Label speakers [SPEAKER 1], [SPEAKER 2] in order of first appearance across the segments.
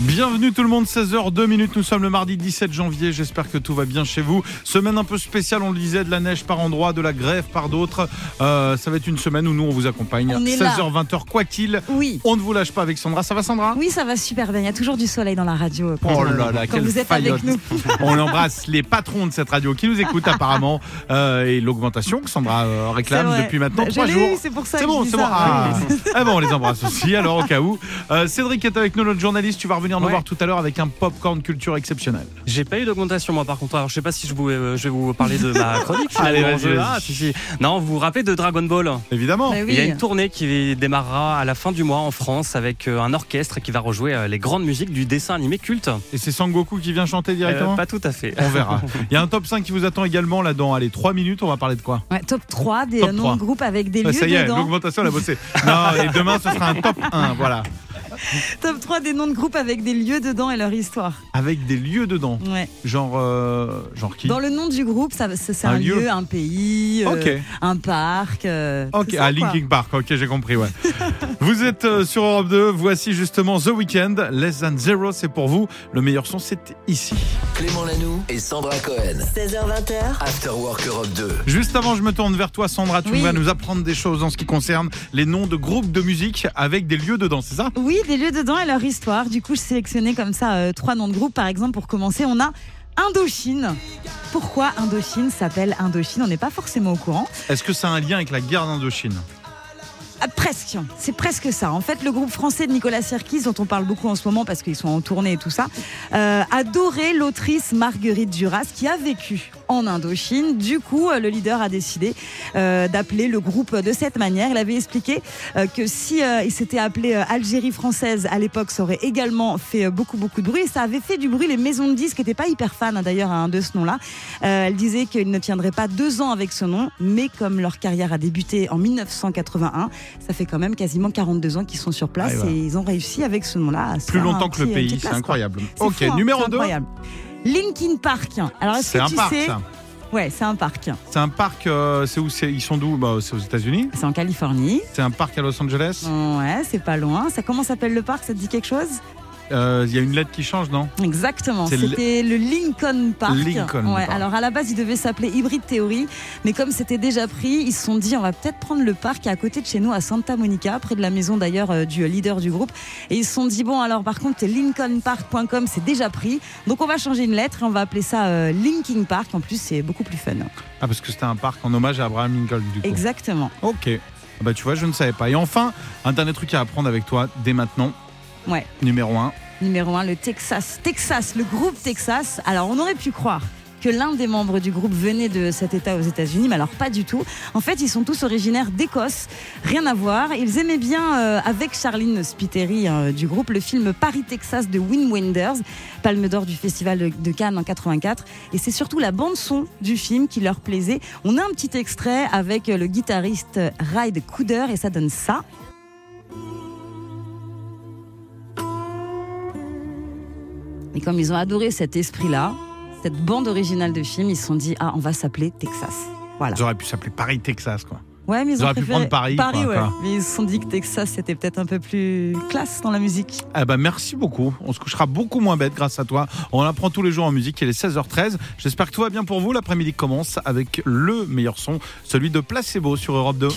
[SPEAKER 1] Bienvenue tout le monde, 16h02 minutes. Nous sommes le mardi 17 janvier. J'espère que tout va bien chez vous. Semaine un peu spéciale, on le disait, de la neige par endroits, de la grève par d'autres. Euh, ça va être une semaine où nous on vous accompagne.
[SPEAKER 2] On est
[SPEAKER 1] 16h,
[SPEAKER 2] là.
[SPEAKER 1] 20h, quoi qu'il.
[SPEAKER 2] Oui.
[SPEAKER 1] On ne vous lâche pas avec Sandra. Ça va Sandra
[SPEAKER 2] Oui, ça va super bien. Il y a toujours du soleil dans la radio. euh,
[SPEAKER 1] Oh
[SPEAKER 2] quand-
[SPEAKER 1] là là,
[SPEAKER 2] quand
[SPEAKER 1] quelle
[SPEAKER 2] vous êtes
[SPEAKER 1] faillotte.
[SPEAKER 2] avec nous.
[SPEAKER 1] On embrasse les patrons de cette radio qui nous écoutent apparemment euh, et l'augmentation que Sandra euh,
[SPEAKER 2] C'est
[SPEAKER 1] réclame
[SPEAKER 2] vrai. Bah,
[SPEAKER 1] depuis maintenant
[SPEAKER 2] Je
[SPEAKER 1] trois
[SPEAKER 2] l'ai
[SPEAKER 1] jours.
[SPEAKER 2] eu, C'est pour ça
[SPEAKER 1] C'est
[SPEAKER 2] que
[SPEAKER 1] bon,
[SPEAKER 2] je dis
[SPEAKER 1] c'est bon.
[SPEAKER 2] ça.
[SPEAKER 1] Ah. Ah bon, on les embrasse aussi, alors au cas où. Euh, Cédric est avec nous, notre journaliste. Tu vas revenir nous
[SPEAKER 3] Ouais.
[SPEAKER 1] voir tout à l'heure avec un popcorn culture exceptionnel.
[SPEAKER 3] J'ai pas eu d'augmentation moi par contre. Alors je sais pas si je, vous, euh, je vais vous parler de ma chronique.
[SPEAKER 1] Allez,
[SPEAKER 3] finalement.
[SPEAKER 1] vas-y,
[SPEAKER 3] Je-
[SPEAKER 1] vas-y.
[SPEAKER 3] ah, si, si. Non, vous vous rappelez de Dragon Ball
[SPEAKER 1] Évidemment.
[SPEAKER 2] Mais
[SPEAKER 3] Il y a
[SPEAKER 2] Bah oui.
[SPEAKER 3] une tournée qui démarrera à la fin du mois en France avec euh, un orchestre qui va rejouer euh, les grandes musiques du dessin animé culte. Euh,
[SPEAKER 1] Et c'est Sangoku qui vient chanter
[SPEAKER 2] Euh,
[SPEAKER 1] directement
[SPEAKER 3] pas tout à fait.
[SPEAKER 1] On verra. Il y a un top 5 qui vous attend également là dans allez 3 minutes, on va parler de quoi
[SPEAKER 2] Ouais, top 3 des
[SPEAKER 1] Top
[SPEAKER 2] euh, noms
[SPEAKER 1] 3.
[SPEAKER 2] de groupes avec des
[SPEAKER 1] Ah,
[SPEAKER 2] lieux
[SPEAKER 1] Ça y est,
[SPEAKER 2] dedans.
[SPEAKER 1] l'augmentation elle a bossé. Non, et demain ce sera un top 1, voilà,
[SPEAKER 2] Top 3 des noms de groupes avec des lieux dedans et leur histoire.
[SPEAKER 1] avec des lieux dedans.
[SPEAKER 2] Ouais.
[SPEAKER 1] Genre euh, genre qui
[SPEAKER 2] Dans le nom du groupe, ça, ça- c'est
[SPEAKER 1] Un
[SPEAKER 2] un,
[SPEAKER 1] lieu.
[SPEAKER 2] lieu. un pays, euh,
[SPEAKER 1] OK.
[SPEAKER 2] un parc. euh,
[SPEAKER 1] OK,
[SPEAKER 2] tout ça,
[SPEAKER 1] à
[SPEAKER 2] quoi.
[SPEAKER 1] Linking Park. OK, j'ai compris, ouais. vous êtes euh, sur Europe 2, voici justement The Weeknd, Less Than Zero, c'est pour vous. Le meilleur son c'est ici.
[SPEAKER 4] Clément Lanoux et Sandra Cohen.
[SPEAKER 5] 16h, 20h,
[SPEAKER 4] After Work Europe 2.
[SPEAKER 1] Juste avant, je me tourne vers toi Sandra, tu
[SPEAKER 2] Oui.
[SPEAKER 1] vas nous apprendre des choses en ce qui concerne les noms de groupes de musique avec des lieux dedans, c'est ça
[SPEAKER 2] Oui, des lieux dedans et leur histoire. Du coup, je sélectionnais comme ça euh, trois noms de groupes. Par exemple, pour commencer, on a Indochine. Pourquoi Indochine s'appelle Indochine On n'est pas forcément au courant.
[SPEAKER 1] Est-ce que ça a un lien avec la guerre d'Indochine
[SPEAKER 2] Ah, presque, c'est presque ça. En fait, le groupe français de Nicolas Sirkis, dont on parle beaucoup en ce moment parce qu'ils sont en tournée et tout ça, euh, adorait l'autrice Marguerite Duras qui a vécu en Indochine. Du coup, euh, le leader a décidé euh, d'appeler le groupe de cette manière. Il avait expliqué euh, que si euh, il s'était appelé euh, Algérie française à l'époque, ça aurait également fait euh, beaucoup beaucoup de bruit. Et ça avait fait du bruit. Les maisons de disques n'étaient pas hyper fans hein, d'ailleurs hein, de ce nom-là. Euh, elle disait qu'il ne tiendrait pas deux ans avec ce nom, mais comme leur carrière a débuté en 1981, ça fait quand même quasiment 42 ans qu'ils sont sur place
[SPEAKER 1] Ah, et voilà.
[SPEAKER 2] et ils ont réussi avec ce nom-là. à se
[SPEAKER 1] Plus
[SPEAKER 2] faire
[SPEAKER 1] longtemps
[SPEAKER 2] un
[SPEAKER 1] que le
[SPEAKER 2] petit- une
[SPEAKER 1] pays,
[SPEAKER 2] petite
[SPEAKER 1] c'est
[SPEAKER 2] place, quoi.
[SPEAKER 1] incroyable.
[SPEAKER 2] C'est
[SPEAKER 1] Ok,
[SPEAKER 2] fort,
[SPEAKER 1] numéro
[SPEAKER 2] c'est
[SPEAKER 1] 2.
[SPEAKER 2] incroyable. Linkin Park. Alors est-ce
[SPEAKER 1] C'est
[SPEAKER 2] que
[SPEAKER 1] un
[SPEAKER 2] tu
[SPEAKER 1] parc,
[SPEAKER 2] sais
[SPEAKER 1] ça.
[SPEAKER 2] Ouais, c'est un parc.
[SPEAKER 1] C'est un parc, euh, c'est où c'est- Ils sont d'où Bah, C'est aux États-Unis.
[SPEAKER 2] C'est en Californie.
[SPEAKER 1] C'est un parc à Los
[SPEAKER 2] Mm.
[SPEAKER 1] Angeles.
[SPEAKER 2] Ouais, c'est pas loin. Ça comment s'appelle le parc Ça te dit quelque chose
[SPEAKER 1] Euh, Il y a une lettre qui change, non
[SPEAKER 2] Exactement,
[SPEAKER 1] C'est le-
[SPEAKER 2] c'était le Lincoln Park.
[SPEAKER 1] Lincoln
[SPEAKER 2] Ouais,
[SPEAKER 1] Park.
[SPEAKER 2] Alors à la base, il devait s'appeler Hybrid Theory, mais comme c'était déjà pris, ils se sont dit on va peut-être prendre le parc qui est à côté de chez nous à Santa Monica, près de la maison d'ailleurs euh, du leader du groupe. Et ils se sont dit bon alors par contre LincolnPark.com c'est déjà pris, donc on va changer une lettre et on va appeler ça euh, Linkin Park. En plus c'est beaucoup plus fun.
[SPEAKER 1] Ah, parce que c'était un parc en hommage à Abraham Lincoln, du coup.
[SPEAKER 2] Exactement.
[SPEAKER 1] Ok. Ah Bah, tu vois, je ne savais pas. Et enfin, un dernier truc à apprendre avec toi dès maintenant.
[SPEAKER 2] Ouais.
[SPEAKER 1] Numéro 1.
[SPEAKER 2] Numéro 1, le Texas. Texas, le groupe Texas. Alors, on aurait pu croire que l'un des membres du groupe venait de cet État aux États-Unis, mais alors pas du tout. En fait, ils sont tous originaires d'Écosse, rien à voir. Ils aimaient bien, euh, avec Charline Spiteri hein, du groupe, le film Paris Texas de Wim Wenders, Palme d'or du Festival de, de Cannes en 84. Et c'est surtout la bande son du film qui leur plaisait. On a un petit extrait avec euh, le guitariste Ryde Cooder et ça donne ça. Et comme ils ont adoré cet esprit-là, cette bande originale de film, ils se sont dit ah on va s'appeler Texas. Voilà.
[SPEAKER 1] Ils auraient pu s'appeler Paris, Texas, quoi.
[SPEAKER 2] Ouais, mais ils,
[SPEAKER 1] Ils
[SPEAKER 2] ont
[SPEAKER 1] auraient pu
[SPEAKER 2] préféré
[SPEAKER 1] prendre Paris, quoi,
[SPEAKER 2] ouais.
[SPEAKER 1] quoi.
[SPEAKER 2] Mais ils se sont dit que Texas c'était peut-être un peu plus classe dans la musique.
[SPEAKER 1] Ah bah merci beaucoup. On se couchera beaucoup moins bête grâce à toi. On apprend tous les jours en musique. Il est 16h13. J'espère que tout va bien pour vous. L'après-midi commence avec le meilleur son, celui de Placebo sur Europe 2.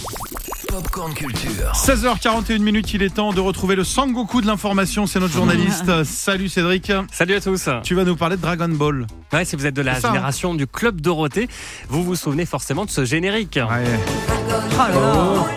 [SPEAKER 4] Popcorn Culture.
[SPEAKER 1] 16h41 minutes, il est temps de retrouver le Sangoku de l'information. C'est notre journaliste. Euh, Salut Cédric.
[SPEAKER 3] Salut à tous.
[SPEAKER 1] Tu vas nous parler de Dragon Ball.
[SPEAKER 3] Ouais, si vous êtes de la
[SPEAKER 1] C'est ça, hein.
[SPEAKER 3] génération du club Dorothée, vous vous souvenez forcément de ce générique.
[SPEAKER 2] Oh là là.
[SPEAKER 1] Oh.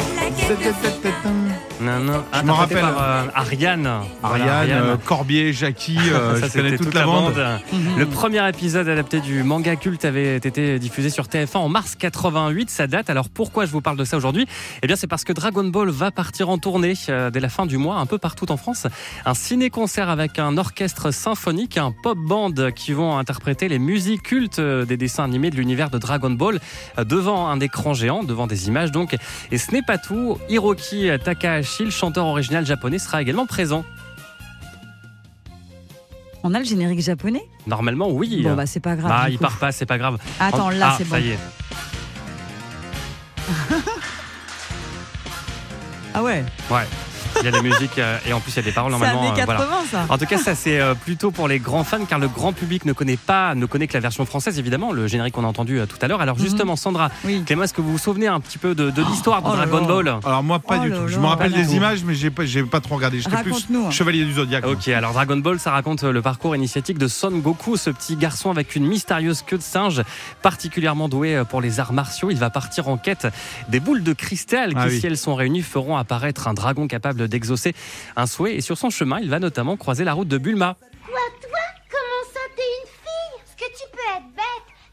[SPEAKER 3] Non, non.
[SPEAKER 1] Je m'en
[SPEAKER 3] Interprété
[SPEAKER 1] rappelle.
[SPEAKER 3] par, euh, Ariane.
[SPEAKER 1] Ariane,
[SPEAKER 3] Voilà,
[SPEAKER 1] euh, Corbier, Jackie, euh,
[SPEAKER 3] Ça,
[SPEAKER 1] je connais
[SPEAKER 3] c'était
[SPEAKER 1] toute, la bande. Mhm.
[SPEAKER 3] Le premier épisode adapté du manga culte avait été diffusé sur TF1 en mars 88. Ça date. Alors pourquoi je vous parle de ça aujourd'hui Eh bien, c'est parce que Dragon Ball va partir en tournée euh, dès la fin du mois, un peu partout en France. Un ciné-concert avec un orchestre symphonique et un pop band qui vont interpréter les musiques cultes euh, des dessins animés de l'univers de Dragon Ball euh, devant un écran géant, devant des images donc. Et ce n'est pas tout. Hiroki Takahashi, le chanteur original japonais, sera également présent.
[SPEAKER 2] On a le générique japonais.
[SPEAKER 3] Normalement, oui.
[SPEAKER 2] Bon bah Ah, c'est pas grave.
[SPEAKER 3] Bah,
[SPEAKER 2] du
[SPEAKER 3] il
[SPEAKER 2] coup.
[SPEAKER 3] ah, part pas, c'est pas grave.
[SPEAKER 2] Attends là
[SPEAKER 3] Ah,
[SPEAKER 2] c'est bon.
[SPEAKER 3] Ça y est.
[SPEAKER 2] Ah ouais,
[SPEAKER 3] Ouais. Il y a la musique euh, et en plus il y a des paroles
[SPEAKER 2] c'est
[SPEAKER 3] normalement.
[SPEAKER 2] années
[SPEAKER 3] euh,
[SPEAKER 2] 80
[SPEAKER 3] voilà.
[SPEAKER 2] ça.
[SPEAKER 3] En tout cas, ça c'est euh, plutôt pour les grands fans car le grand public ne connaît pas, ne connaît que la version française évidemment, le générique qu'on a entendu euh, tout à l'heure. Alors justement, Sandra,
[SPEAKER 2] Oui.
[SPEAKER 3] Clément, est-ce que vous vous souvenez un petit peu de, de l'histoire de
[SPEAKER 2] Mhm. oh là là.
[SPEAKER 3] Dragon Ball
[SPEAKER 1] Alors moi pas
[SPEAKER 2] Oh
[SPEAKER 1] du
[SPEAKER 2] là
[SPEAKER 1] tout. Je
[SPEAKER 2] là.
[SPEAKER 1] me rappelle
[SPEAKER 2] Pas du
[SPEAKER 1] des
[SPEAKER 2] tout.
[SPEAKER 1] images, mais j'ai pas, j'ai pas trop regardé. J'étais plus
[SPEAKER 2] Raconte-nous, hein.
[SPEAKER 1] Chevalier du Zodiac. moi.
[SPEAKER 3] Ok, alors Dragon Ball, ça raconte euh, le parcours initiatique de Son Goku, ce petit garçon avec une mystérieuse queue de singe, particulièrement doué euh, pour les arts martiaux. Il va partir en quête des boules de cristal qui,
[SPEAKER 1] Ah oui.
[SPEAKER 3] si elles sont réunies, feront apparaître un dragon capable d'exaucer un souhait. Et sur son chemin, il va notamment croiser la route de Bulma.
[SPEAKER 6] Comment ça, t'es une fille Est-ce que tu peux être bête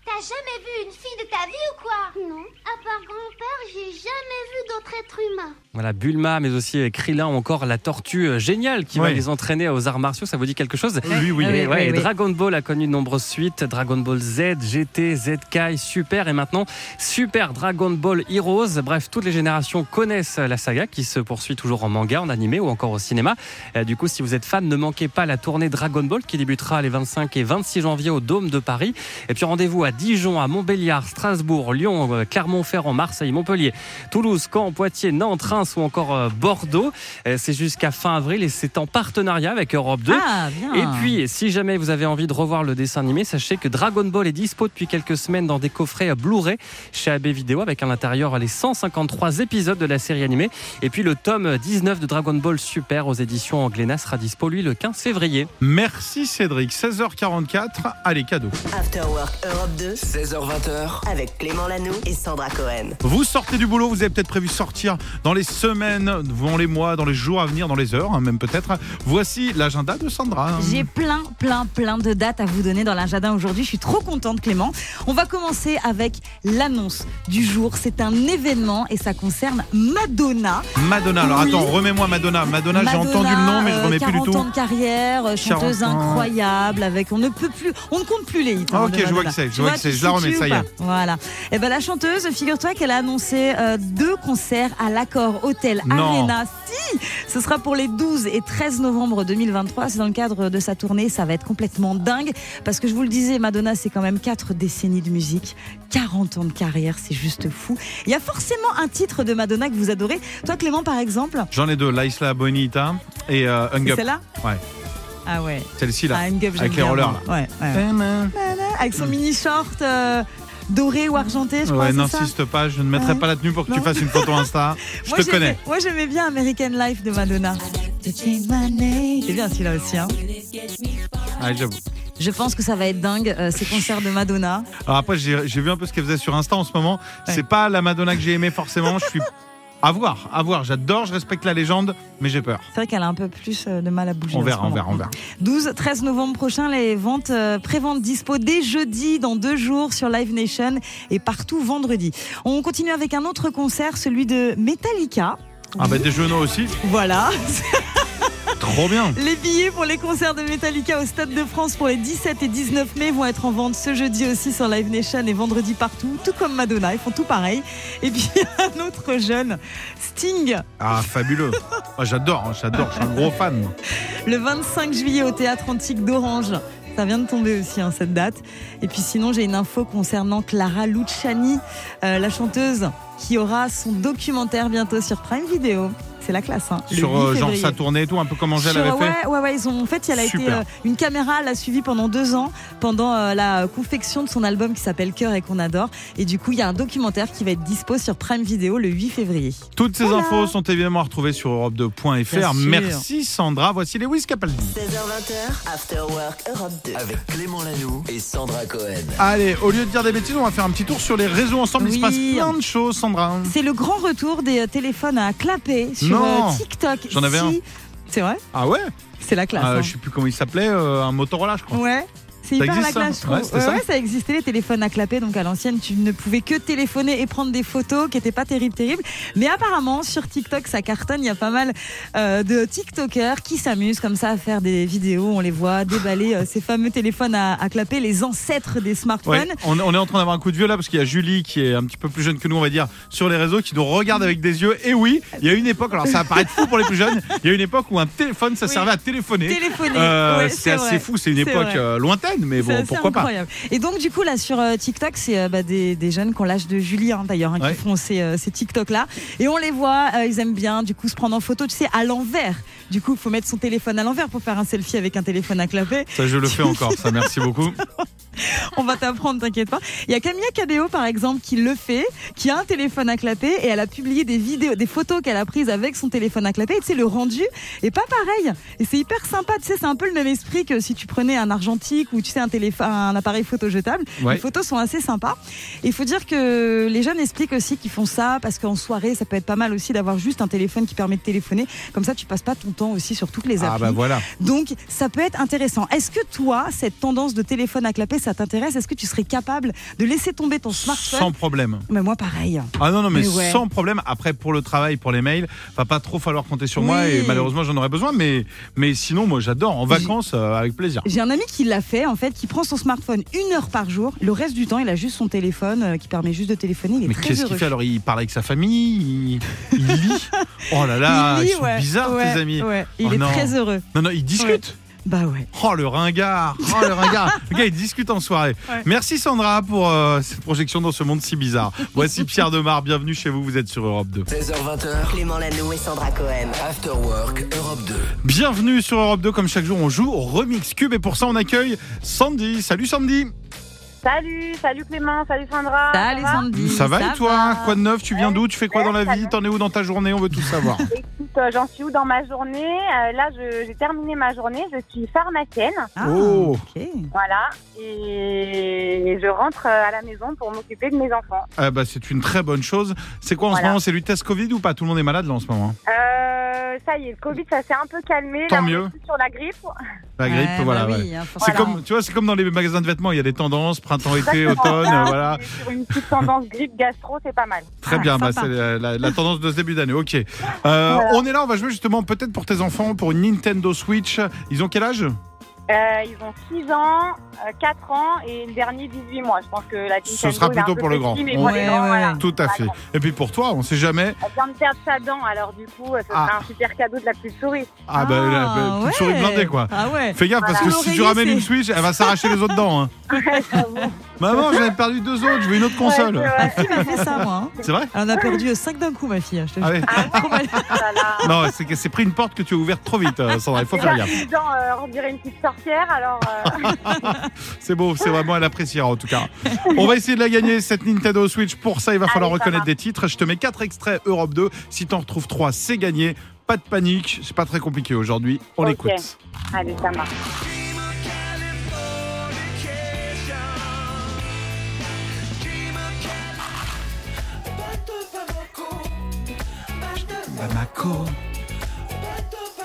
[SPEAKER 6] T'as jamais vu une fille de ta vie ou quoi Non, à part grand-père, j'ai jamais vu d'autres êtres humains.
[SPEAKER 3] Voilà, Bulma, mais aussi euh, Krillin ou encore la tortue euh, géniale qui va
[SPEAKER 1] Oui.
[SPEAKER 3] les entraîner aux arts martiaux. Ça vous dit quelque chose
[SPEAKER 1] Oui, oui.
[SPEAKER 2] Ah
[SPEAKER 3] Et, ouais, et
[SPEAKER 2] oui.
[SPEAKER 3] Dragon Ball a connu de nombreuses suites. Dragon Ball Z, GT, ZK, Super et maintenant Super Dragon Ball Heroes. Bref, toutes les générations connaissent la saga qui se poursuit toujours en manga, en animé ou encore au cinéma. Euh, du coup, si vous êtes fan, ne manquez pas la tournée Dragon Ball qui débutera les 25 et 26 janvier au Dôme de Paris. Et puis rendez-vous à Dijon, à Montbéliard, Strasbourg, Lyon, euh, Clermont-Ferrand, Marseille, Montpellier, Toulouse, Caen, Poitiers, Nantes, Reims ou encore euh, Bordeaux. Euh, C'est jusqu'à fin avril et c'est en partenariat avec Europe 2.
[SPEAKER 2] Ah bien.
[SPEAKER 3] Et puis, si jamais vous avez envie de revoir le dessin animé, sachez que Dragon Ball est dispo depuis quelques semaines dans des coffrets Blu-ray chez AB Vidéo avec à l'intérieur les 153 épisodes de la série animée. Et puis, le tome 19 de Dragon Ball Super aux éditions Glénat sera dispo, lui, le 15 février.
[SPEAKER 1] Merci Cédric. 16h44. Allez cadeau.
[SPEAKER 5] After Work Europe 2
[SPEAKER 4] 16h20h,
[SPEAKER 5] avec Clément Lano et Sandra Cohen.
[SPEAKER 1] Vous sortez du boulot, vous avez peut-être prévu sortir dans les semaines, dans les mois, dans les jours à venir, dans les heures, hein, même peut-être. Voici l'agenda de Sandra. hein.
[SPEAKER 2] J'ai plein, plein, plein de dates à vous donner dans l'agenda aujourd'hui. Je suis trop contente, Clément. On va commencer avec l'annonce du jour. C'est un événement et ça concerne Madonna.
[SPEAKER 1] Madonna. Alors
[SPEAKER 2] Oui.
[SPEAKER 1] attends, remets-moi Madonna. Madonna, j'ai entendu le nom, mais je
[SPEAKER 2] euh,
[SPEAKER 1] remets plus du
[SPEAKER 2] 40
[SPEAKER 1] tout.
[SPEAKER 2] ans de carrière, euh, chanteuse
[SPEAKER 1] 40 ans.
[SPEAKER 2] incroyable, avec on ne peut plus, on ne compte plus les hits.
[SPEAKER 1] Ah,
[SPEAKER 2] hein,
[SPEAKER 1] ok,
[SPEAKER 2] de
[SPEAKER 1] je vois
[SPEAKER 2] Madonna.
[SPEAKER 1] que c'est, je
[SPEAKER 2] Tu
[SPEAKER 1] vois que
[SPEAKER 2] tu
[SPEAKER 1] c'est, je la
[SPEAKER 2] situes
[SPEAKER 1] remets,
[SPEAKER 2] ou
[SPEAKER 1] ça y
[SPEAKER 2] pas
[SPEAKER 1] est.
[SPEAKER 2] Voilà. Et ben la chanteuse, figure-toi qu'elle a annoncé euh, deux concerts à l'accord Hôtel
[SPEAKER 1] Non.
[SPEAKER 2] Arena. Si, ce sera pour les 12 et 13 novembre 2023. C'est dans le cadre de sa tournée. Ça va être complètement dingue parce que je vous le disais, Madonna, c'est quand même quatre décennies de musique, 40 ans de carrière, c'est juste fou. Il y a forcément un titre de Madonna que vous adorez. Toi, Clément, par exemple.
[SPEAKER 1] J'en ai deux, l'Isla Bonita et euh, Hung
[SPEAKER 2] C'est
[SPEAKER 1] Up.
[SPEAKER 2] celle-là
[SPEAKER 1] Ouais.
[SPEAKER 2] Ah ouais.
[SPEAKER 1] Celle-ci là.
[SPEAKER 2] Ah, une gueule, j'aime
[SPEAKER 1] avec les
[SPEAKER 2] bien,
[SPEAKER 1] rollers,
[SPEAKER 2] moi. Ouais, ouais. Avec son mini short euh, doré ou argenté, je crois.
[SPEAKER 1] Ouais,
[SPEAKER 2] c'est ça
[SPEAKER 1] n'insiste pas, je ne mettrai
[SPEAKER 2] Ouais.
[SPEAKER 1] pas la tenue pour que tu
[SPEAKER 2] Non.
[SPEAKER 1] fasses une photo Insta. Je
[SPEAKER 2] Moi,
[SPEAKER 1] te
[SPEAKER 2] j'aimais-
[SPEAKER 1] connais.
[SPEAKER 2] Moi j'aimais bien American Life de Madonna. C'est bien celui-là aussi. Hein.
[SPEAKER 1] Ouais, Ah, j'avoue.
[SPEAKER 2] Je pense que ça va être dingue euh, ces concerts de Madonna.
[SPEAKER 1] Alors après, j'ai j'ai vu un peu ce qu'elle faisait sur Insta en ce moment.
[SPEAKER 2] Ouais.
[SPEAKER 1] C'est pas la Madonna que j'ai aimée forcément. Je suis à voir, à voir. J'adore, je respecte la légende, mais j'ai peur.
[SPEAKER 2] C'est vrai qu'elle a un peu plus euh, de mal à bouger.
[SPEAKER 1] On
[SPEAKER 2] en ce
[SPEAKER 1] verra, on
[SPEAKER 2] moment.
[SPEAKER 1] verra, on verra.
[SPEAKER 2] 12, 13 novembre prochain, les ventes euh, pré-ventes dispo dès jeudi, dans deux jours, sur Live Nation et partout vendredi. On continue avec un autre concert, celui de Metallica.
[SPEAKER 1] Ah bah des genoux aussi,
[SPEAKER 2] Voilà.
[SPEAKER 1] trop bien.
[SPEAKER 2] Les billets pour les concerts de Metallica au Stade de France pour les 17 et 19 mai vont être en vente ce jeudi aussi sur Live Nation et vendredi partout, tout comme Madonna, ils font tout pareil. Et puis un autre jeune, Sting,
[SPEAKER 1] Ah fabuleux. Ah, j'adore, hein, j'adore, je suis un gros fan. moi.
[SPEAKER 2] le 25 juillet au Théâtre Antique d'Orange. Ça vient de tomber aussi hein, cette date. Et puis sinon, j'ai une info concernant Clara Luciani, euh, la chanteuse qui aura son documentaire bientôt sur Prime Video. C'est la classe. Hein, le
[SPEAKER 1] Sur
[SPEAKER 2] 8
[SPEAKER 1] euh, genre
[SPEAKER 2] février.
[SPEAKER 1] sa tournée et tout, un peu comme Angèle
[SPEAKER 2] Sur-
[SPEAKER 1] avait fait.
[SPEAKER 2] ouais, ouais, ouais, ils ont, en fait, elle a été,
[SPEAKER 1] Super.
[SPEAKER 2] euh, une caméra l'a suivi pendant deux ans, pendant euh, la euh, confection de son album qui s'appelle Cœur et qu'on adore. Et du coup, il y a un documentaire qui va être dispo sur Prime Video le 8 février.
[SPEAKER 1] Toutes ces infos sont évidemment retrouvées sur europe2.fr.
[SPEAKER 2] Bien sûr.
[SPEAKER 1] Merci Sandra. Voici les Wiz Capaldi.
[SPEAKER 5] 16h20h, After Work Europe 2.
[SPEAKER 4] avec Clément Lanoux et Sandra Cohen.
[SPEAKER 1] Allez, au lieu de dire des bêtises, on va faire un petit tour sur les réseaux ensemble. Il se
[SPEAKER 2] Oui.
[SPEAKER 1] passe plein de choses, Sandra.
[SPEAKER 2] C'est le grand retour des euh, téléphones à clapper sur
[SPEAKER 1] Non.
[SPEAKER 2] euh, TikTok.
[SPEAKER 1] J'en avais
[SPEAKER 2] Si.
[SPEAKER 1] un.
[SPEAKER 2] C'est vrai
[SPEAKER 1] Ah ouais
[SPEAKER 2] C'est la classe.
[SPEAKER 1] Euh,
[SPEAKER 2] hein.
[SPEAKER 1] Je sais plus comment il s'appelait, euh, un Motorola, je crois.
[SPEAKER 2] Ouais. C'est
[SPEAKER 1] Ça
[SPEAKER 2] hyper la
[SPEAKER 1] existe, ça
[SPEAKER 2] classe, je
[SPEAKER 1] Ouais,
[SPEAKER 2] trouve.
[SPEAKER 1] c'était ça
[SPEAKER 2] ouais, ça existait, les téléphones à clapet. Donc à l'ancienne, tu ne pouvais que téléphoner et prendre des photos qui n'étaient pas terribles, terribles. Mais apparemment, sur TikTok, ça cartonne. Il y a pas mal euh, de TikTokers qui s'amusent comme ça à faire des vidéos. On les voit déballer euh, ces fameux téléphones à, à clapet, les ancêtres des
[SPEAKER 1] Ouais,
[SPEAKER 2] smartphones.
[SPEAKER 1] on, on est en train d'avoir un coup de vieux là parce qu'il y a Julie qui est un petit peu plus jeune que nous, on va dire, sur les réseaux qui nous regarde avec des yeux. Et oui, il y a une époque, alors ça va paraître fou pour les plus jeunes, il y a une époque où un téléphone ça
[SPEAKER 2] Oui.
[SPEAKER 1] servait à téléphoner.
[SPEAKER 2] Téléphoner.
[SPEAKER 1] Euh,
[SPEAKER 2] Ouais,
[SPEAKER 1] c'est assez
[SPEAKER 2] vrai.
[SPEAKER 1] fou, c'est une
[SPEAKER 2] C'est
[SPEAKER 1] époque
[SPEAKER 2] vrai.
[SPEAKER 1] euh, lointaine, Ukraine, mais
[SPEAKER 2] C'est
[SPEAKER 1] bon,
[SPEAKER 2] assez
[SPEAKER 1] pourquoi pas
[SPEAKER 2] incroyable. Et donc, du coup, là, sur euh, TikTok, c'est euh, bah, des, des jeunes qui ont l'âge de Julie, hein, d'ailleurs, hein,
[SPEAKER 1] Ouais.
[SPEAKER 2] qui font ces, euh, ces TikTok-là. Et on les voit, euh, ils aiment bien, du coup, se prendre en photo, tu sais, à l'envers. Du coup, il faut mettre son téléphone à l'envers pour faire un selfie avec un téléphone à clapet.
[SPEAKER 1] Ça, je le fais encore, ça, merci beaucoup.
[SPEAKER 2] On va t'apprendre, t'inquiète pas. Il y a Camilla Cabello, par exemple, qui le fait, qui a un téléphone à clapet et elle a publié des vidéos, des photos qu'elle a prises avec son téléphone à clapet. Et tu sais, le rendu est pas pareil. Et c'est hyper sympa. Tu sais, c'est un peu le même esprit que si tu prenais un argentique ou tu sais, un, téléphone, un appareil photo jetable.
[SPEAKER 1] Ouais.
[SPEAKER 2] Les photos sont assez sympas. Et il faut dire que les jeunes expliquent aussi qu'ils font ça parce qu'en soirée, ça peut être pas mal aussi d'avoir juste un téléphone qui permet de téléphoner. Comme ça, tu passes pas ton temps aussi sur toutes les applis.
[SPEAKER 1] Ah bah voilà.
[SPEAKER 2] Donc, ça peut être intéressant. Est-ce que toi, cette tendance de téléphone à clapet, ça t'intéresse Est-ce que tu serais capable de laisser tomber ton smartphone
[SPEAKER 1] Sans problème.
[SPEAKER 2] Mais moi, pareil.
[SPEAKER 1] Ah non, non, mais,
[SPEAKER 2] Mais ouais.
[SPEAKER 1] sans problème. Après, pour le travail, pour les mails, va pas trop falloir compter sur moi
[SPEAKER 2] Oui.
[SPEAKER 1] et malheureusement, j'en aurais besoin. Mais, mais sinon, moi, j'adore. En vacances, euh, avec plaisir.
[SPEAKER 2] J'ai un ami qui l'a fait, en fait, qui prend son smartphone une heure par jour. Le reste du temps, il a juste son téléphone euh, qui permet juste de téléphoner. Il est
[SPEAKER 1] Mais
[SPEAKER 2] très
[SPEAKER 1] qu'est-ce
[SPEAKER 2] heureux.
[SPEAKER 1] qu'il fait alors Il parle avec sa famille, il, il lit. Oh là là,
[SPEAKER 2] Il lit,
[SPEAKER 1] ils sont
[SPEAKER 2] ouais,
[SPEAKER 1] bizarres
[SPEAKER 2] ouais,
[SPEAKER 1] tes amis.
[SPEAKER 2] ouais. Il
[SPEAKER 1] Oh
[SPEAKER 2] est
[SPEAKER 1] non.
[SPEAKER 2] très heureux.
[SPEAKER 1] Non non, ils discutent.
[SPEAKER 2] Bah ouais.
[SPEAKER 1] Oh le ringard, oh le ringard. le gars, ils discutent en soirée.
[SPEAKER 2] Ouais.
[SPEAKER 1] Merci Sandra pour euh, cette projection dans ce monde si bizarre. Voici Pierre Demar, bienvenue chez vous. Vous êtes sur Europe 2.
[SPEAKER 4] 16h20h,
[SPEAKER 5] Clément Lanoux et Sandra Cohen.
[SPEAKER 4] After Work Europe 2.
[SPEAKER 1] Bienvenue sur Europe 2. Comme chaque jour, on joue au Remix Cube et pour ça, on accueille Sandy. Salut Sandy.
[SPEAKER 7] Salut, salut Clément, salut Sandra.
[SPEAKER 2] Salut
[SPEAKER 7] Ça va
[SPEAKER 2] Sandy.
[SPEAKER 1] Ça va et toi
[SPEAKER 2] va.
[SPEAKER 1] Quoi de neuf Tu viens d'où Tu fais quoi dans la
[SPEAKER 7] ça
[SPEAKER 1] vie
[SPEAKER 7] va.
[SPEAKER 1] T'en es où dans ta journée On veut tout savoir.
[SPEAKER 7] Écoute, euh, j'en suis où dans ma journée Euh, Là, je- j'ai terminé ma journée, je suis pharmacienne,
[SPEAKER 2] Ah,
[SPEAKER 1] Oh.
[SPEAKER 2] ok.
[SPEAKER 7] voilà, et je rentre euh, à la maison pour m'occuper de mes enfants.
[SPEAKER 1] Ah bah, c'est une très bonne chose. C'est quoi en ce
[SPEAKER 7] Voilà.
[SPEAKER 1] moment C'est du test Covid ou pas Tout le monde est malade là en ce moment. hein
[SPEAKER 7] Euh, ça y est, le Covid, ça s'est un peu calmé.
[SPEAKER 1] Tant
[SPEAKER 7] là, on est
[SPEAKER 1] mieux.
[SPEAKER 7] plus sur la grippe.
[SPEAKER 1] La grippe,
[SPEAKER 2] Ouais,
[SPEAKER 1] voilà.
[SPEAKER 2] bah
[SPEAKER 1] ouais.
[SPEAKER 2] oui, hein,
[SPEAKER 1] C'est
[SPEAKER 2] forcément.
[SPEAKER 1] comme, tu vois, c'est comme dans les magasins de vêtements, il y a des tendances, printemps, été,
[SPEAKER 7] Exactement.
[SPEAKER 1] automne,
[SPEAKER 7] Là,
[SPEAKER 1] euh, voilà.
[SPEAKER 7] on est Sur une petite tendance grippe gastro, c'est pas mal.
[SPEAKER 1] Très
[SPEAKER 2] Ah,
[SPEAKER 1] bien, bah,
[SPEAKER 2] sympa.
[SPEAKER 1] c'est la, la- la tendance de ce début d'année. Ok. Euh, On est là, on va jouer justement peut-être pour tes enfants pour une Nintendo Switch. Ils ont quel âge
[SPEAKER 7] Euh, ils ont 6 ans, euh, 4 ans et le dernier 18 mois. Je pense que la
[SPEAKER 1] Ce sera
[SPEAKER 7] Nintendo, il est un
[SPEAKER 1] plutôt
[SPEAKER 7] peu
[SPEAKER 1] pour le
[SPEAKER 7] petit,
[SPEAKER 1] grand.
[SPEAKER 7] mais pour les
[SPEAKER 2] Ouais,
[SPEAKER 7] grands,
[SPEAKER 2] ouais.
[SPEAKER 7] voilà.
[SPEAKER 1] Tout à fait. Et puis pour toi, on sait jamais.
[SPEAKER 7] Elle vient de perdre sa dent, alors du coup, euh, ce
[SPEAKER 1] Ah.
[SPEAKER 7] sera un super cadeau de la petite souris.
[SPEAKER 1] Ah, bah, la- la petite
[SPEAKER 2] ouais.
[SPEAKER 1] souris blindée, quoi.
[SPEAKER 2] Ah ouais.
[SPEAKER 1] Fais gaffe parce que
[SPEAKER 2] Voilà.
[SPEAKER 1] si tu
[SPEAKER 2] L'oreiller,
[SPEAKER 1] ramènes
[SPEAKER 2] c'est-
[SPEAKER 1] une Switch, elle va s'arracher les autres dents. hein. Maman, j'en ai perdu deux autres, je veux une autre console.
[SPEAKER 7] Ouais, c'est
[SPEAKER 2] Ma
[SPEAKER 7] vrai.
[SPEAKER 2] fille m'a fait ça, moi. hein.
[SPEAKER 1] C'est vrai
[SPEAKER 2] Elle en a perdu 5 d'un coup, ma fille. hein, je te
[SPEAKER 1] Ah
[SPEAKER 2] jure.
[SPEAKER 1] ouais.
[SPEAKER 2] Trop mal.
[SPEAKER 7] Oh là là.
[SPEAKER 1] Non, c'est que c'est pris une porte que tu as ouverte trop vite, euh, Sandra. Il faut
[SPEAKER 7] Déjà,
[SPEAKER 1] faire gaffe.
[SPEAKER 7] six ans, euh, on dirait une petite sorcière, alors euh,
[SPEAKER 1] C'est beau, c'est vraiment, elle appréciera en tout cas. On va essayer de la gagner, cette Nintendo Switch. Pour ça, il va falloir
[SPEAKER 7] Allez, ça
[SPEAKER 1] reconnaître
[SPEAKER 7] va.
[SPEAKER 1] des titres. Je te mets quatre extraits Europe 2. Si t'en retrouves trois, c'est gagné. Pas de panique, c'est pas très compliqué aujourd'hui. On
[SPEAKER 7] Ok.
[SPEAKER 1] l'écoute.
[SPEAKER 7] allez, ça marche.
[SPEAKER 1] Bamako.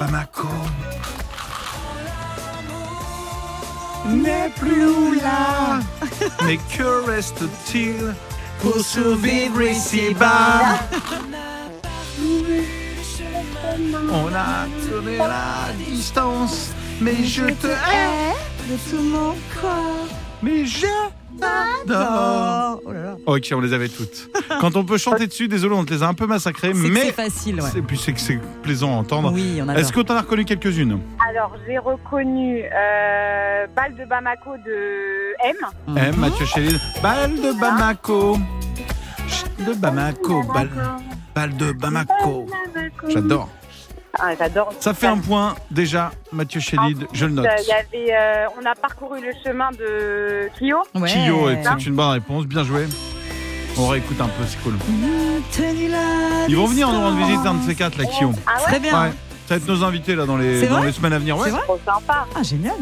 [SPEAKER 1] Bamako. N'est plus là. Mais que reste-t-il pour survivre ici-bas On a tourné la distance, mais je te hais mais je t'adore.
[SPEAKER 2] Oh là là.
[SPEAKER 1] Ok, on les avait toutes. Quand on peut chanter dessus, désolé, on te les a un peu massacrées,
[SPEAKER 2] C'est que
[SPEAKER 1] mais
[SPEAKER 2] c'est facile, ouais.
[SPEAKER 1] et puis c'est que c'est plaisant à entendre.
[SPEAKER 2] Oui, on adore.
[SPEAKER 1] Est-ce que t'en as reconnu quelques-unes
[SPEAKER 7] Alors, j'ai reconnu euh, Balle de Bamako de M.
[SPEAKER 2] Ah
[SPEAKER 1] Eh, Mathieu Chéline. Balle de Bamako. Chut, De Bamako. Balle, balle de Bamako. J'adore.
[SPEAKER 7] Ah, J'adore.
[SPEAKER 1] Ça fait un point déjà, Mathieu Chéline, je le note.
[SPEAKER 7] Euh, il y avait, euh, on a parcouru le chemin de Clio.
[SPEAKER 2] Ouais.
[SPEAKER 1] Chio, c'est une bonne réponse, bien joué. On réécoute un peu, c'est cool.
[SPEAKER 2] Ah, Tenu la
[SPEAKER 1] Ils vont venir nous rendre visite d'un de
[SPEAKER 2] distance.
[SPEAKER 1] ces quatre, là, Kio. Ouais.
[SPEAKER 7] Ah ouais,
[SPEAKER 2] Très bien.
[SPEAKER 1] Ça va être nos invités, là, dans les,
[SPEAKER 2] Oh, C'est
[SPEAKER 1] dans
[SPEAKER 2] vrai
[SPEAKER 1] les semaines à venir. Ouais.
[SPEAKER 2] C'est vrai
[SPEAKER 7] trop sympa.
[SPEAKER 2] Ah, génial.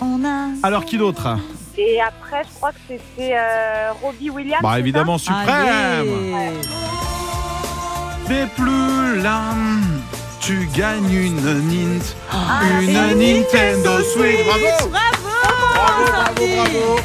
[SPEAKER 2] On a.
[SPEAKER 1] Alors, qui d'autre
[SPEAKER 2] Ah,
[SPEAKER 7] Et après, je crois que c'était euh, Robbie Williams. c'est
[SPEAKER 1] Bah
[SPEAKER 7] ça
[SPEAKER 1] évidemment
[SPEAKER 2] Ah,
[SPEAKER 1] suprême.
[SPEAKER 2] Allez.
[SPEAKER 1] T'es plus là, tu gagnes une Nint,
[SPEAKER 2] Ah,
[SPEAKER 1] une
[SPEAKER 2] la
[SPEAKER 1] Nintendo Switch. Bravo,
[SPEAKER 2] Bravo,
[SPEAKER 1] bravo,
[SPEAKER 2] Sandy.
[SPEAKER 1] bravo.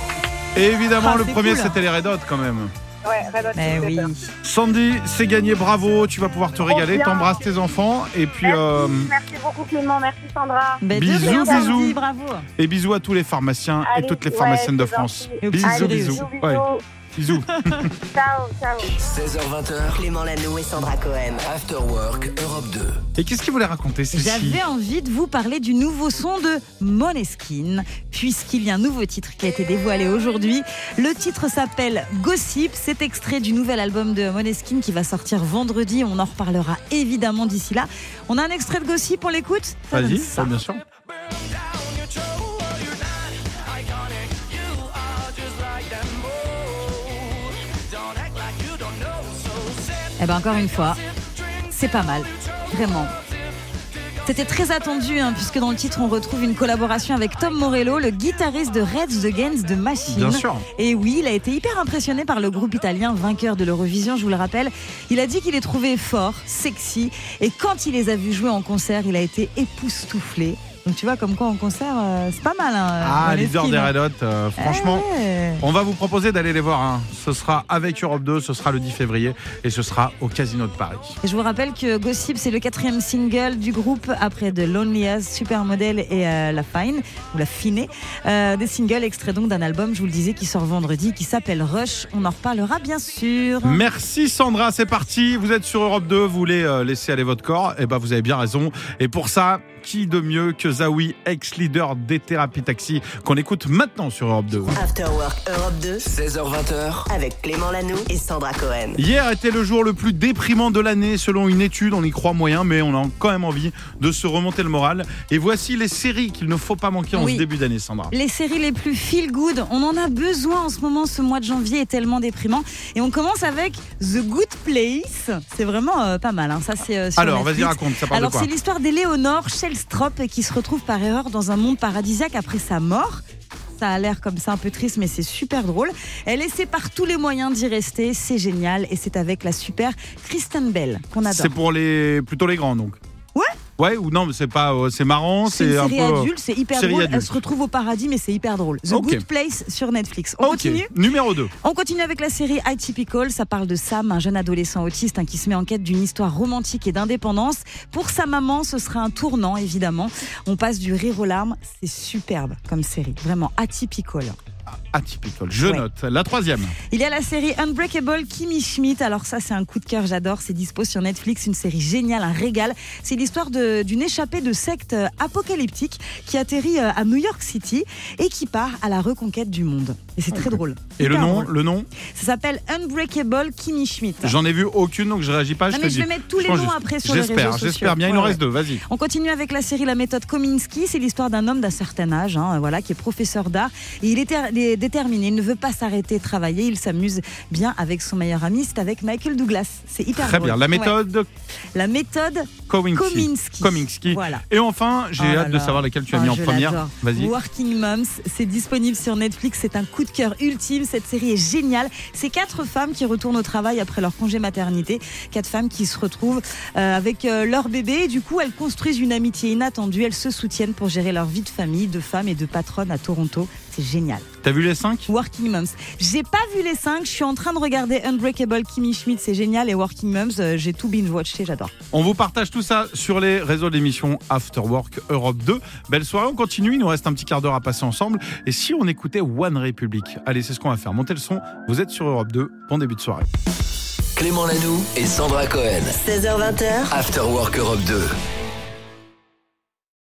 [SPEAKER 1] Et évidemment
[SPEAKER 2] Ah,
[SPEAKER 1] le
[SPEAKER 2] c'est
[SPEAKER 1] premier
[SPEAKER 2] cool.
[SPEAKER 1] c'était les Red Hot quand même.
[SPEAKER 7] Ouais, Red Hot
[SPEAKER 2] Mais
[SPEAKER 7] Chili
[SPEAKER 2] oui.
[SPEAKER 7] Peppers.
[SPEAKER 1] Sandy, c'est gagné, bravo, tu vas pouvoir te régaler,
[SPEAKER 7] bien.
[SPEAKER 1] t'embrasses tes enfants et puis euh,
[SPEAKER 7] Merci beaucoup Clément, merci Sandra.
[SPEAKER 2] Mais de
[SPEAKER 1] Bisous,
[SPEAKER 2] rien, Sandy,
[SPEAKER 1] bisous.
[SPEAKER 2] bravo.
[SPEAKER 1] et bisous à tous les pharmaciens et
[SPEAKER 7] Allez,
[SPEAKER 1] toutes les
[SPEAKER 7] ouais,
[SPEAKER 1] pharmaciennes de
[SPEAKER 7] c'est
[SPEAKER 1] France.
[SPEAKER 7] gentil.
[SPEAKER 2] Et aux
[SPEAKER 1] Bisous,
[SPEAKER 2] petits
[SPEAKER 7] Allez,
[SPEAKER 1] bisous.
[SPEAKER 7] bisous,
[SPEAKER 1] Ouais.
[SPEAKER 7] bisous.
[SPEAKER 1] Bisous.
[SPEAKER 7] Ciao, ciao.
[SPEAKER 4] 16h20h,
[SPEAKER 5] Clément Lano et Sandra Cohen.
[SPEAKER 4] After Work Europe 2.
[SPEAKER 1] Et qu'est-ce qu'il voulait raconter, Cécile
[SPEAKER 2] J'avais envie de vous parler du nouveau son de Moneskin, puisqu'il y a un nouveau titre qui a été dévoilé aujourd'hui. Le titre s'appelle Gossip. C'est extrait du nouvel album de Moneskin qui va sortir vendredi. On en reparlera évidemment d'ici là. On a un extrait de Gossip, on l'écoute Ça donne
[SPEAKER 1] Vas-y,
[SPEAKER 2] ça.
[SPEAKER 1] Oh, bien sûr.
[SPEAKER 2] Eh ben encore une fois, c'est pas mal, vraiment. C'était très attendu, hein, puisque dans le titre, on retrouve une collaboration avec Tom Morello, le guitariste de Reds Against de Machine.
[SPEAKER 1] Bien sûr.
[SPEAKER 2] Et oui, il a été hyper impressionné par le groupe italien vainqueur de l'Eurovision, je vous le rappelle. Il a dit qu'il les trouvait forts, sexy, et quand il les a vus jouer en concert, il a été époustouflé. Donc tu vois, comme quoi en concert, euh, c'est pas mal. hein,
[SPEAKER 1] Ah,
[SPEAKER 2] Måneskin,
[SPEAKER 1] leader des
[SPEAKER 2] hein.
[SPEAKER 1] Red Hot, euh, franchement.
[SPEAKER 2] Eh ouais.
[SPEAKER 1] On va vous proposer d'aller les voir. hein. Ce sera avec Europe 2, ce sera le 10 février et ce sera au Casino de Paris.
[SPEAKER 2] Et Je vous rappelle que Gossip, c'est le quatrième single du groupe après The Lonely As, Supermodel et euh, La Fine, ou La Finée. Euh, des singles extraits donc d'un album, je vous le disais, qui sort vendredi, qui s'appelle Rush. On en reparlera bien sûr.
[SPEAKER 1] Merci Sandra, c'est parti. Vous êtes sur Europe 2, vous voulez euh, laisser aller votre corps, et ben vous avez bien raison. Et pour ça, qui de mieux que Zawi, ex-leader des thérapies taxi, qu'on écoute maintenant sur Europe 2.
[SPEAKER 5] After Work Europe 2
[SPEAKER 4] 16h20h,
[SPEAKER 5] avec Clément Lano et Sandra Cohen.
[SPEAKER 1] Hier était le jour le plus déprimant de l'année selon une étude, on y croit moyen, mais on a quand même envie de se remonter le moral. Et voici les séries qu'il ne faut pas manquer en
[SPEAKER 2] Oui.
[SPEAKER 1] ce début d'année, Sandra.
[SPEAKER 2] Les séries les plus feel good, on en a besoin en ce moment, ce mois de janvier est tellement déprimant. Et on commence avec The Good Place, c'est vraiment euh, pas mal, hein. ça c'est euh, sur
[SPEAKER 1] Alors, vas-y,
[SPEAKER 2] Netflix.
[SPEAKER 1] raconte, ça parle
[SPEAKER 2] Alors
[SPEAKER 1] de quoi
[SPEAKER 2] c'est l'histoire d'Éléonore Shellstrop qui se retrouve par erreur dans un monde paradisiaque après sa mort. Ça a l'air comme ça un peu triste, mais c'est super drôle. Elle essaie par tous les moyens d'y rester, c'est génial, et c'est avec la super Kristen Bell qu'on adore.
[SPEAKER 1] C'est pour les plutôt les grands donc.
[SPEAKER 2] Ouais.
[SPEAKER 1] Ouais ou non mais c'est pas euh, c'est marrant
[SPEAKER 2] C'est une
[SPEAKER 1] c'est un
[SPEAKER 2] série
[SPEAKER 1] peu. euh,
[SPEAKER 2] adulte, c'est hyper
[SPEAKER 1] série
[SPEAKER 2] drôle. Elle
[SPEAKER 1] adulte.
[SPEAKER 2] se retrouve au paradis, mais c'est hyper drôle. The
[SPEAKER 1] Ok.
[SPEAKER 2] Good Place sur Netflix. On
[SPEAKER 1] Ok.
[SPEAKER 2] continue
[SPEAKER 1] Numéro 2.
[SPEAKER 2] On continue avec la série Atypical. Ça parle de Sam, un jeune adolescent autiste hein, qui se met en quête d'une histoire romantique et d'indépendance. Pour sa maman, ce sera un tournant, évidemment. On passe du rire aux larmes. C'est superbe comme série. Vraiment Atypical.
[SPEAKER 1] Atypical. Je
[SPEAKER 2] Ouais.
[SPEAKER 1] note. La troisième.
[SPEAKER 2] Il y a la série Unbreakable Kimmy Schmidt. Alors, ça, c'est un coup de cœur. J'adore. C'est dispo sur Netflix. Une série géniale, un régal. C'est l'histoire de- d'une échappée de secte euh, apocalyptique qui atterrit euh, à New York City et qui part à la reconquête du monde. Et c'est très drôle.
[SPEAKER 1] Et le
[SPEAKER 2] Hyper
[SPEAKER 1] nom
[SPEAKER 2] drôle.
[SPEAKER 1] le nom.
[SPEAKER 2] Ça s'appelle Unbreakable Kimmy Schmidt.
[SPEAKER 1] J'en ai vu aucune donc je réagis pas.
[SPEAKER 2] Non,
[SPEAKER 1] je
[SPEAKER 2] mais
[SPEAKER 1] te
[SPEAKER 2] je
[SPEAKER 1] dis.
[SPEAKER 2] vais mettre tous les
[SPEAKER 1] pense
[SPEAKER 2] noms
[SPEAKER 1] juste-
[SPEAKER 2] après sur les réseaux
[SPEAKER 1] J'espère
[SPEAKER 2] sociaux.
[SPEAKER 1] j'espère bien il nous
[SPEAKER 2] Ouais,
[SPEAKER 1] reste deux vas-y.
[SPEAKER 2] On continue avec la série La méthode Kominsky. C'est l'histoire d'un homme d'un certain âge, hein, voilà, qui est professeur d'art. Et il est, ter- il est déterminé, il ne veut pas s'arrêter de travailler. Il s'amuse bien avec son meilleur ami. C'est avec Michael Douglas. C'est hyper
[SPEAKER 1] Très
[SPEAKER 2] drôle.
[SPEAKER 1] bien. La
[SPEAKER 2] Ouais.
[SPEAKER 1] méthode
[SPEAKER 2] La méthode
[SPEAKER 1] Kominsky.
[SPEAKER 2] Kominsky.
[SPEAKER 1] Kominsky.
[SPEAKER 2] Voilà.
[SPEAKER 1] Et enfin j'ai
[SPEAKER 2] Oh là
[SPEAKER 1] hâte de
[SPEAKER 2] là.
[SPEAKER 1] savoir laquelle tu as
[SPEAKER 2] Oh,
[SPEAKER 1] mis en
[SPEAKER 2] je
[SPEAKER 1] première.
[SPEAKER 2] l'adore.
[SPEAKER 1] Vas-y.
[SPEAKER 2] Working Moms, c'est disponible sur Netflix, c'est un coup de cœur ultime, cette série est géniale. C'est quatre femmes qui retournent au travail après leur congé maternité, quatre femmes qui se retrouvent euh, avec euh, leur bébé et du coup elles construisent une amitié inattendue, elles se soutiennent pour gérer leur vie de famille, de femme et de patronne à Toronto. C'est génial.
[SPEAKER 1] T'as vu les cinq
[SPEAKER 2] Working Moms. J'ai pas vu les cinq, je suis en train de regarder Unbreakable Kimmy Schmidt, c'est génial. Et Working Moms, euh, j'ai tout binge-watché, j'adore.
[SPEAKER 1] On vous partage tout ça sur les réseaux d'émission After Work Europe 2. Belle soirée, on continue, il nous reste un petit quart d'heure à passer ensemble. Et si on écoutait One Republic Allez, c'est ce qu'on va faire. Montez le son, vous êtes sur Europe 2, bon début de soirée.
[SPEAKER 4] Clément Lanoux et Sandra Cohen.
[SPEAKER 5] 16h20h,
[SPEAKER 4] After Work Europe 2.